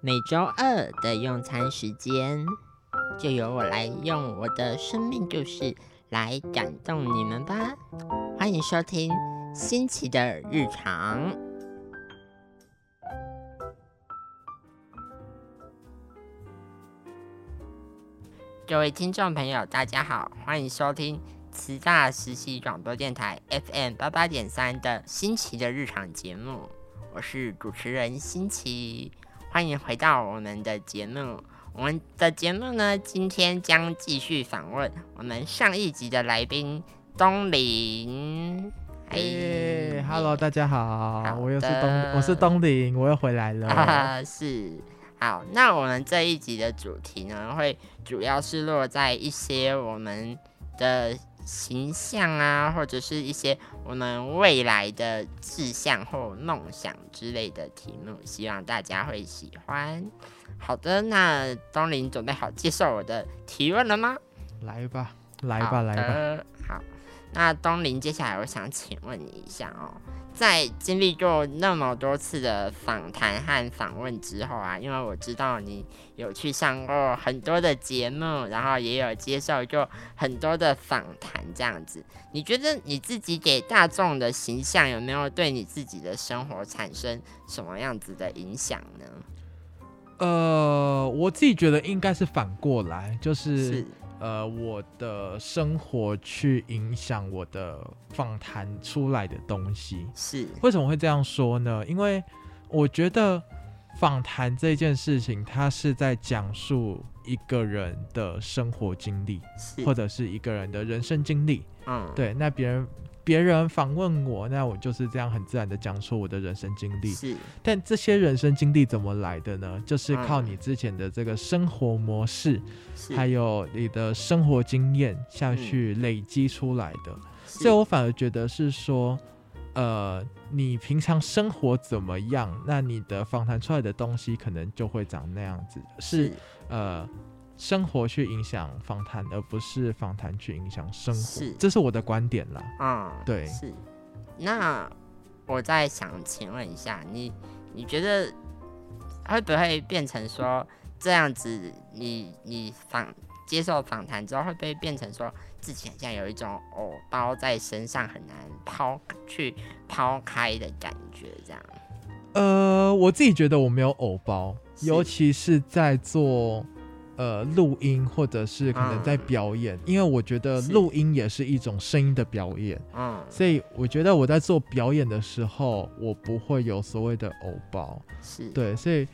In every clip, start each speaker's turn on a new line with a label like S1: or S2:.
S1: 每周二的用餐时间，就由我来用我的生命故事来感动你们吧。欢迎收听《新奇的日常》。各位听众朋友，大家好，欢迎收听慈大实习广播电台 FM 八八点三的《新奇的日常》节目，我是主持人新奇，欢迎回到我们的节目。我们的节目呢，今天将继续访问我们上一集的来宾东林。嗨
S2: 哎，Hello，大家好，
S1: 好
S2: 我又是
S1: 的
S2: 东，我是东林，我又回来了。
S1: 啊，是。好，那我们这一集的主题呢，会主要是落在一些我们的形象啊，或者是一些我们未来的志向或梦想之类的题目，希望大家会喜欢。好的，那东林准备好接受我的提问了吗？
S2: 来吧，来
S1: 好
S2: 吧，来吧。
S1: 的好，那东林，接下来我想请问你一下哦，在经历过那么多次的访谈和访问之后啊，因为我知道你有去上过很多的节目，然后也有接受过很多的访谈，这样子，你觉得你自己给大众的形象有没有对你自己的生活产生什么样子的影响呢？
S2: 呃，我自己觉得应该是反过来，就是呃，我的生活去影响我的访谈出来的东西。
S1: 是
S2: 为什么会这样说呢？因为我觉得访谈这件事情，它是在讲述一个人的生活经历，
S1: 是
S2: 或
S1: 是，
S2: 者是一个人的人生经历。
S1: 嗯，
S2: 对，那别人别人访问我，那我就是这样很自然的讲出我的人生经历。
S1: 是
S2: 但这些人生经历怎么来的呢？就是靠
S1: 嗯
S2: 你之前的这个生活模式，
S1: 是，
S2: 还有你的生活经验下
S1: 嗯
S2: 去累积出来的。
S1: 是
S2: 所以我反而觉得是说，呃，你平常生活怎么样，那你的访谈出来的东西可能就会长那样子，是呃生活去影响访谈，而不是访谈去影响生活
S1: 是。
S2: 这是我的观点啦。
S1: 嗯，
S2: 对
S1: 是。那我再想请问一下，你你觉得会不会变成说这样子你？你访接受访谈之后，会不会变成说自己好像有一种偶包在身上，很难抛去抛开的感觉？这样
S2: 呃，我自己觉得我没有偶包，
S1: 是
S2: 尤其是在做呃录音或者是可能在
S1: 嗯
S2: 表演，因为我觉得
S1: 是
S2: 录音也是一种声音的表演，
S1: 嗯，
S2: 所以我觉得我在做表演的时候，我不会有所谓的偶包。
S1: 是，
S2: 对，所以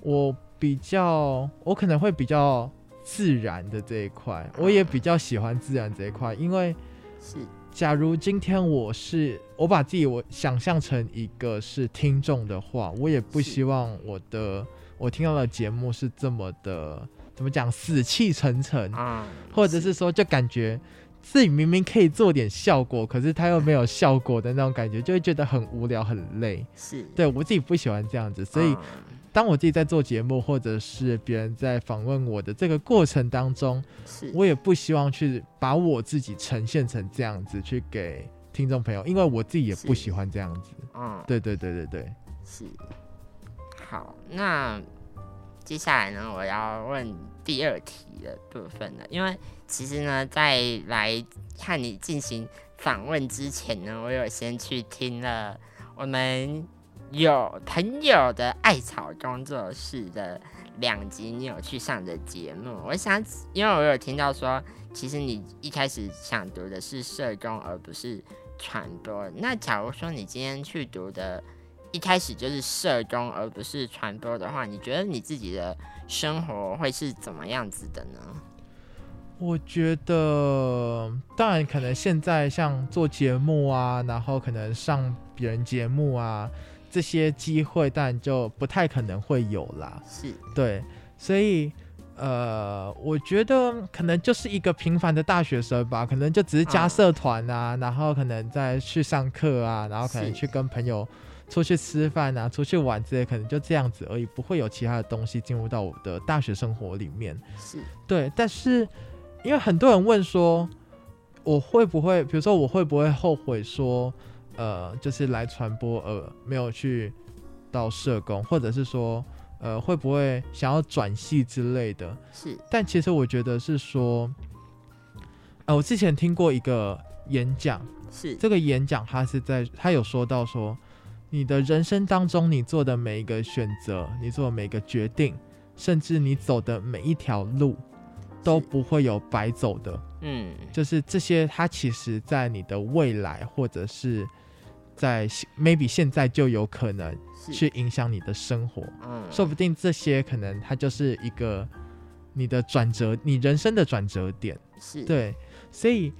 S2: 我比较，我可能会比较自然的这一块，我也比较喜欢自然这一块，因为
S1: 是
S2: 假如今天我是我把自己我想象成一个是听众的话，我也不
S1: 是
S2: 希望我的我听到的节目是这么的怎么讲死气沉沉，
S1: 嗯，
S2: 或者是说就感觉自己明明可以做点效果，可是他又没有效果的那种感觉，就会觉得很无聊很累。
S1: 是，
S2: 对我自己不喜欢这样子，所以
S1: 嗯
S2: 当我自己在做节目，或者是别人在访问我的这个过程当中，
S1: 是
S2: 我也不希望去把我自己呈现成这样子去给听众朋友，因为我自己也不
S1: 是
S2: 喜欢这样子。
S1: 嗯。
S2: 对对对对对，
S1: 是，好，那接下来呢，我要问第二题的部分了，因为其实呢，在来看你进行访问之前呢，我有先去听了我们有朋友的艾草工作室的两集你有去上的节目，我想，因为我有听到说，其实你一开始想读的是社工，而不是传播。那假如说你今天去读的一开始就是社工，而不是传播的话，你觉得你自己的生活会是怎么样子的呢？
S2: 我觉得当然可能现在像做节目啊，然后可能上别人节目啊这些机会，当然就不太可能会有啦。
S1: 是
S2: 对，所以呃，我觉得可能就是一个平凡的大学生吧，可能就只是加
S1: 嗯
S2: 社团啊，然后可能再去上课啊，然后可能
S1: 是
S2: 去跟朋友出去吃饭啊、出去玩之类，可能就这样子而已，不会有其他的东西进入到我的大学生活里面。
S1: 是
S2: 对，但是因为很多人问说，我会不会，比如说我会不会后悔说，呃，就是来传播呃没有去到社工，或者是说，呃，会不会想要转系之类的？
S1: 是
S2: 但其实我觉得是说，呃，我之前听过一个演讲，
S1: 是
S2: 这个演讲他是在他有说到说，你的人生当中你做的每一个选择，你做的每一个决定，甚至你走的每一条路，都
S1: 是
S2: 不会有白走的。
S1: 嗯
S2: 就是这些，它其实在你的未来，或者是在 maybe 现在就有可能
S1: 是
S2: 去影响你的生活。
S1: 嗯
S2: 说不定这些可能它就是一个你的转折，你人生的转折点。
S1: 是
S2: 对，所以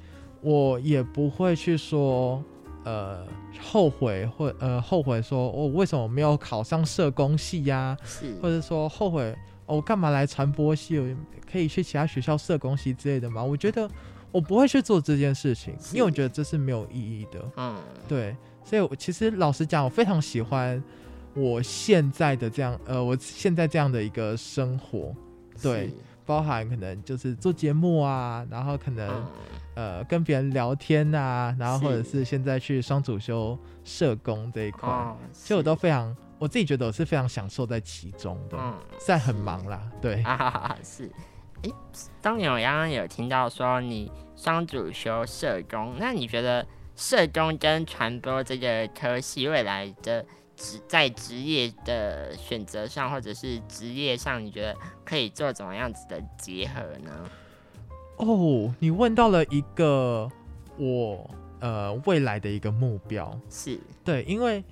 S2: 我也不会去说呃后悔或呃后悔说我、为什么没有考上社工系呀、
S1: 是
S2: 或者说后悔哦我干嘛来传播系，我可以去其他学校社工系之类的嘛？我觉得我不会去做这件事情，因为我
S1: 是
S2: 觉得这是没有意义的。
S1: 嗯
S2: 对，所以我其实老实讲，我非常喜欢我现在的这样，呃，我现在这样的一个生活，对
S1: 是
S2: 包含可能就是做节目啊，然后可能、
S1: 嗯
S2: 呃跟别人聊天啊，然后或者
S1: 是
S2: 是现在去双主修社工这一块，
S1: 哦，
S2: 其实我
S1: 是
S2: 都非常，我自己觉得我是非常享受在其中的，
S1: 嗯
S2: 虽然很忙啦，对，
S1: 啊 是。诶，当年我刚刚有听到说你双主修社工，那你觉得社工跟传播这个科系未来的职在职业的选择上，或者是职业上，你觉得可以做怎么样子的结合呢？
S2: 哦，你问到了一个我呃未来的一个目标，
S1: 是，
S2: 对，因为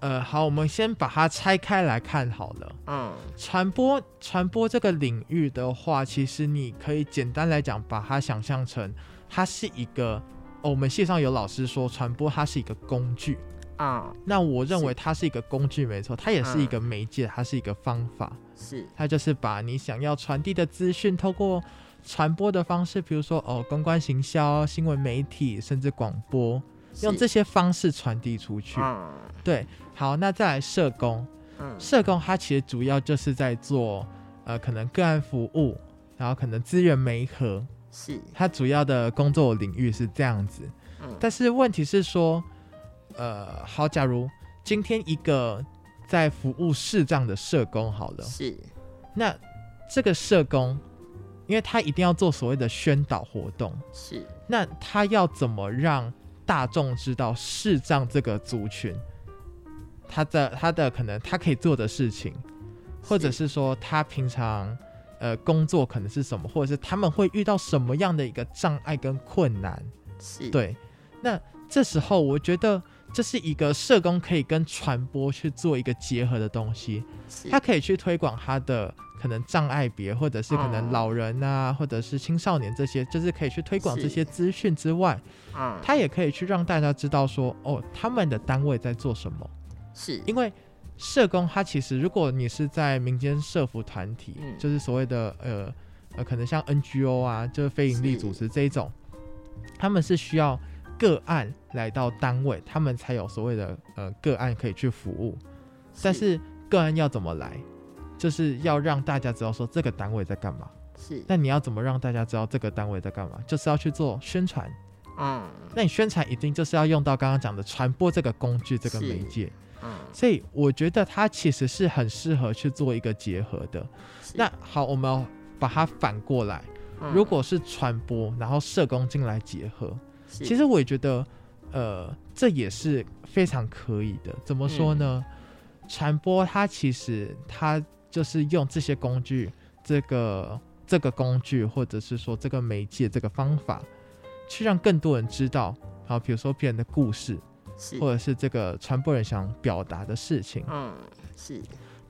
S2: 呃，好，我们先把它拆开来看好了。
S1: 嗯，
S2: 传播传播这个领域的话，其实你可以简单来讲，把它想象成它是一个、哦我们线上有老师说，传播它是一个工具。
S1: 嗯，
S2: 那我认
S1: 是
S2: 为它是一个工具，没错，它也是
S1: 嗯
S2: 一个媒介，它是一个方法，
S1: 是，
S2: 它就是把你想要传递的资讯，透过传播的方式，比如说哦，公关行销、新闻媒体，甚至广播，用
S1: 是
S2: 这些方式传递出去。
S1: 嗯
S2: 对，好，那再来社工，
S1: 嗯
S2: 社工它其实主要就是在做呃，可能个案服务，然后可能资源媒合，
S1: 是，
S2: 它主要的工作领域是这样子。
S1: 嗯
S2: 但是问题是说，呃，好，假如今天一个在服务视障的社工好了，
S1: 是
S2: 那这个社工，因为他一定要做所谓的宣导活动，
S1: 是
S2: 那他要怎么让大众知道视障这个族群，他的他的可能他可以做的事情，或者是说他平常呃工作可能是什么，或者是他们会遇到什么样的一个障碍跟困难？
S1: 是，
S2: 对，那这时候我觉得这是一个社工可以跟传播去做一个结合的东西，
S1: 是
S2: 他可以去推广他的可能障碍别，或者是可能
S1: 嗯
S2: 老人啊，或者是青少年这些，就是可以去推广这
S1: 是
S2: 些资讯之外，
S1: 嗯
S2: 他也可以去让大家知道说，哦，他们的单位在做什么。
S1: 是
S2: 因为社工他其实，如果你是在民间社服团体，
S1: 嗯
S2: 就是所谓的呃呃，可能像 NGO 啊，就是非营利组织这一种，他们是需要个案来到单位，他们才有所谓的呃个案可以去服务。但是个案要怎么来，就是要让大家知道说这个单位在干嘛。
S1: 是
S2: 那你要怎么让大家知道这个单位在干嘛？就是要去做宣传。
S1: 嗯
S2: 那你宣传一定就是要用到刚刚讲的传播这个工具、这个
S1: 是
S2: 媒介。
S1: 嗯
S2: 所以我觉得它其实是很适合去做一个结合的。
S1: 是
S2: 那好，我们把它反过来，
S1: 嗯
S2: 如果是传播，然后社工进来结合，
S1: 是
S2: 其实我也觉得，呃，这也是非常可以的。怎么说呢？
S1: 嗯
S2: 传播它其实它就是用这些工具，这个这个工具，或者是说这个媒介、这个方法，去让更多人知道，好，比如说别人的故事，
S1: 是
S2: 或者是这个传播人想表达的事情。
S1: 嗯是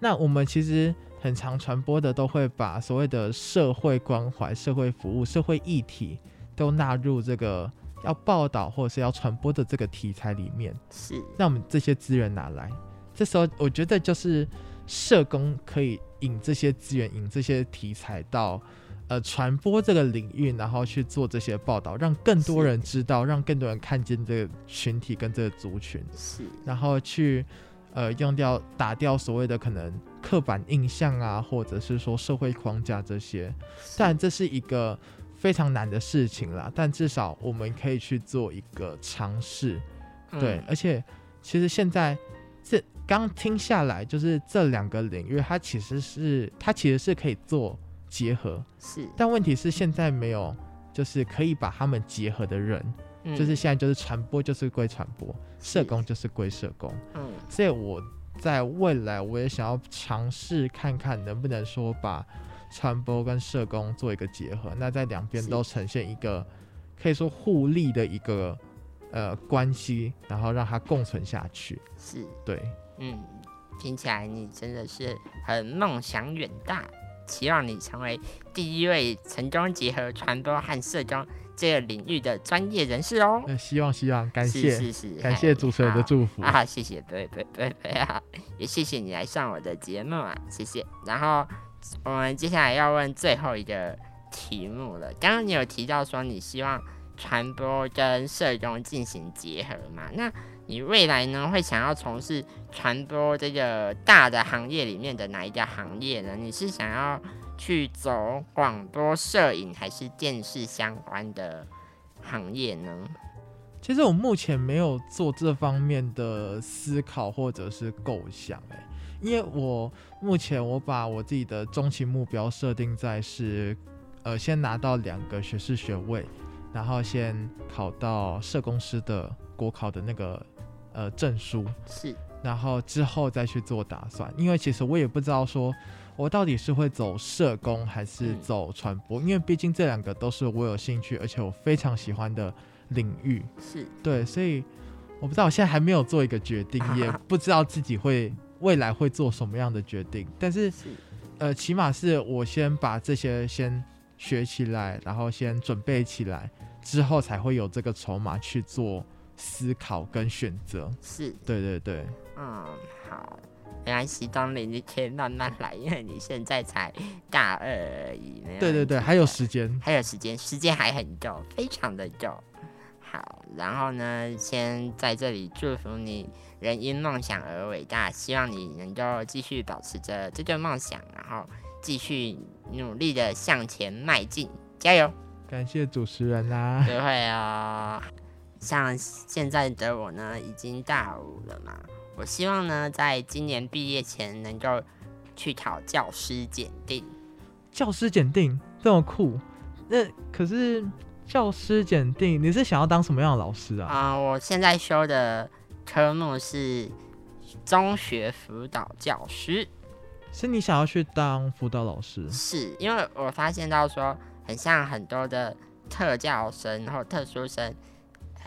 S2: 那我们其实很常传播的都会把所谓的社会关怀、社会服务、社会议题都纳入这个要报道或者是要传播的这个题材里面。
S1: 是
S2: 那我们这些资源哪来？这时候我觉得就是社工可以引这些资源、引这些题材到呃传播这个领域，然后去做这些报道，让更多
S1: 是
S2: 人知道，让更多人看见这个群体跟这个族群。
S1: 是
S2: 然后去呃用掉打掉所谓的可能刻板印象啊，或者是说社会框架这些。但这是一个非常难的事情啦，但至少我们可以去做一个尝试。对，
S1: 嗯
S2: 而且其实现在这刚听下来，就是这两个领域，它其实是它其实是可以做结合，
S1: 是，
S2: 但问题是现在没有，就是可以把它们结合的人，
S1: 嗯
S2: 就是现在就是传播就是归传播，社
S1: 是
S2: 工就是归社工，
S1: 嗯
S2: 所以我在未来我也想要尝试看看能不能说把传播跟社工做一个结合，那在两边
S1: 是
S2: 都呈现一个可以说互利的一个呃关系，然后让它共存下去。
S1: 是，
S2: 对，
S1: 嗯，听起来你真的是很梦想远大，期望你成为第一位成功结合传播和社工这个领域的专业人士哦。
S2: 那希望希望感谢
S1: 是是是，
S2: 感
S1: 哎
S2: 谢主持人的
S1: 好
S2: 祝福，
S1: 啊，谢谢，不会不会不会不会啊，也谢谢你来上我的节目啊，谢谢。然后我们接下来要问最后一个题目了。刚刚你有提到说你希望传播跟社工进行结合嘛？那你未来呢会想要从事传播这个大的行业里面的哪一个行业呢？你是想要去走广播、摄影还是电视相关的行业呢？
S2: 其实我目前没有做这方面的思考或者是构想、欸，因为我目前我把我自己的终极目标设定在是，呃，先拿到两个学士学位，然后先考到社工师的国考的那个呃证书，
S1: 是
S2: 呃然后之后再去做打算。因为其实我也不知道说我到底是会走社工还是
S1: 嗯
S2: 走传播，因为毕竟这两个都是我有兴趣而且我非常喜欢的领域。
S1: 是，
S2: 对，所以我不知道，我现在还没有做一个决定，也不知道自己会未来会做什么样的决定。但是，
S1: 是
S2: 呃，起码是我先把这些先学起来，然后先准备起来，之后才会有这个筹码去做思考跟选择。
S1: 是。
S2: 对对对，
S1: 嗯，好，没关系，东林你可以慢慢来，因为你现在才大二而已。没
S2: 对对
S1: 问
S2: 对，
S1: 题
S2: 还有
S1: 的
S2: 时间。
S1: 还有时间，时间还很够，非常的够。好，然后呢，先在这里祝福你，人因梦想而伟大，希望你能够继续保持着这个梦想，然后继续努力的向前迈进，加油！
S2: 感谢主持 人啦、
S1: 不会啊、像现在的我呢，已经大五了嘛，我希望呢，在今年毕业前能够去考教师检定。
S2: 教师检定这么酷，那可是教师检定，你是想要当什么样的老师啊？
S1: 啊、我现在修的科目是中学辅导教师，
S2: 是你想要去当辅导老师？
S1: 是因为我发现到说，很像很多的特教生或特殊生，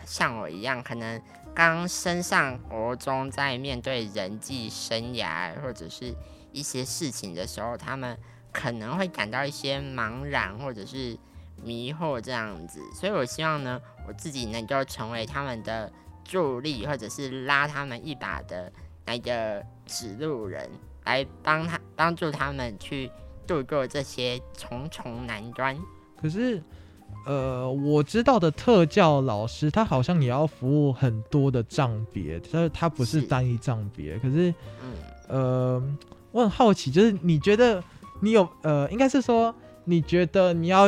S1: 像我一样，可能刚升上国中，在面对人际生涯或者是一些事情的时候，他们可能会感到一些茫然或者是迷惑这样子。所以我希望呢，我自己能够成为他们的助力，或者是拉他们一把的那个指路人，来帮他帮助他们去度过这些重重难关。
S2: 可是，呃，我知道的特教老师，他好像也要服务很多的账别，他他不是
S1: 是
S2: 单一账别。可是，
S1: 嗯，
S2: 呃，我很好奇，就是你觉得你有呃，应该是说你觉得你要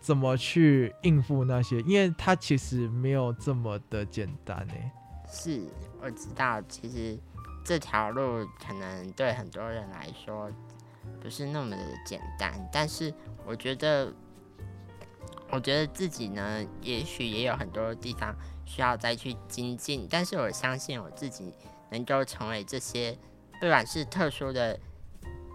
S2: 怎么去应付那些？因为他其实没有这么的简单欸诶。
S1: 是我知道，其实这条路可能对很多人来说不是那么的简单，但是我觉得，我觉得自己呢，也许也有很多地方需要再去精进，但是我相信我自己能够成为这些，不管是特殊的。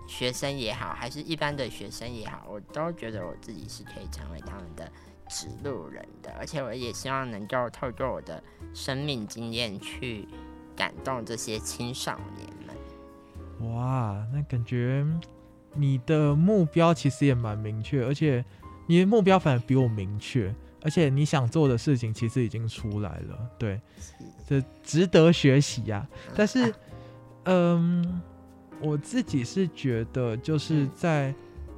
S1: 学生也好，还是一般的学生也好，我都觉得我自己是可以成为他们的指路人的，而且我也希望能够透过我的生命经验去感动这些青少年们。
S2: 哇，那感觉你的目标其实也蛮明确，而且你的目标反而比我明确，而且你想做的事情其实已经出来了，对，这值得学习呀、啊但是，嗯，我自己是觉得就是
S1: 嗯
S2: 在。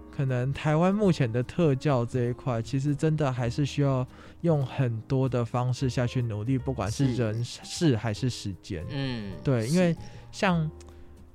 S2: 可能台湾目前的特教这一块，其实真的还是需要用很多的方式下去努力，不管是
S1: 是
S2: 人事还是时间。
S1: 嗯，
S2: 对因为
S1: 是
S2: 像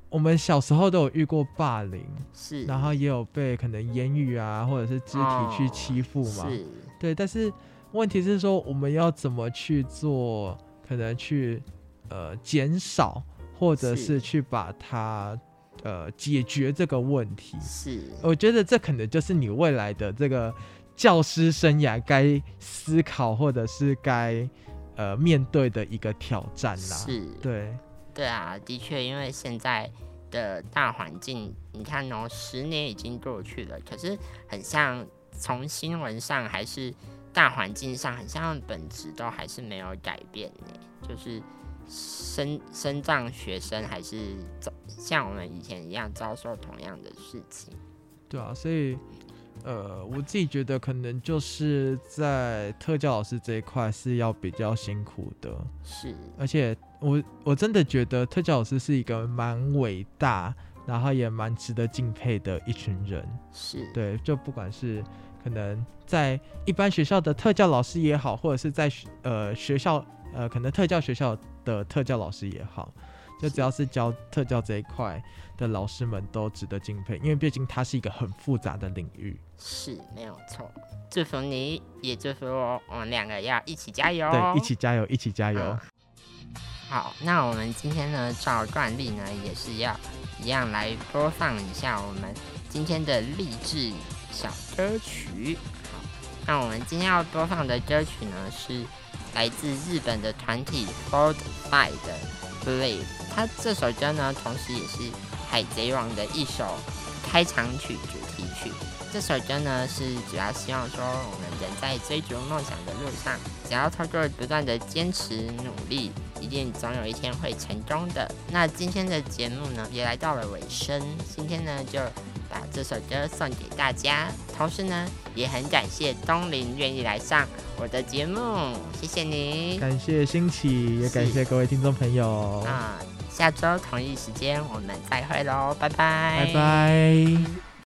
S2: 我们小时候都有遇过霸凌，
S1: 是
S2: 然后也有被可能言语啊或者是肢体去欺负嘛。
S1: 是
S2: 对，但是问题是说我们要怎么去做，可能去呃减少或者
S1: 是
S2: 是去把它呃解决这个问题。
S1: 是
S2: 我觉得这可能就是你未来的这个教师生涯该思考或者是该呃面对的一个挑战啦。
S1: 是，
S2: 对，
S1: 对啊，的确，因为现在的大环境，你看哦，十年已经过去了，可是很像从新闻上还是大环境上，很像本质都还是没有改变呢，就是。身身障学生还是遭像我们以前一样遭受同样的事情，
S2: 对啊，所以呃，我自己觉得可能就是在特教老师这一块是要比较辛苦的，
S1: 是
S2: 而且我我真的觉得特教老师是一个蛮伟大，然后也蛮值得敬佩的一群人。
S1: 是，
S2: 对，就不管是可能在一般学校的特教老师也好，或者是在学呃学校呃可能特教学校的特教老师也好，就只要是教特教这一块的老师们都值得敬佩，因为毕竟它是一个很复杂的领域。
S1: 是没有错。祝福你，也祝福我，我们两个要一起加油哦，
S2: 对，一起加油，一起加油。
S1: 嗯好，那我们今天呢，照惯例呢，也是要一样来播放一下我们今天的励志小歌曲。好，那我们今天要播放的歌曲呢，是来自日本的团体 Fold Five 的 Brave。它这首歌呢，同时也是《海贼王》的一首开场曲、主题曲。这首歌呢，是主要希望说，我们人在追逐梦想的路上，只要透过不断的坚持努力，一定总有一天会成功的。那今天的节目呢，也来到了尾声，今天呢就把这首歌送给大家，同时呢也很感谢东林愿意来上我的节目，谢谢你。
S2: 感谢新奇，也感
S1: 是
S2: 谢各位听众朋友，
S1: 那下周同一时间我们再会喽，拜拜，
S2: 拜拜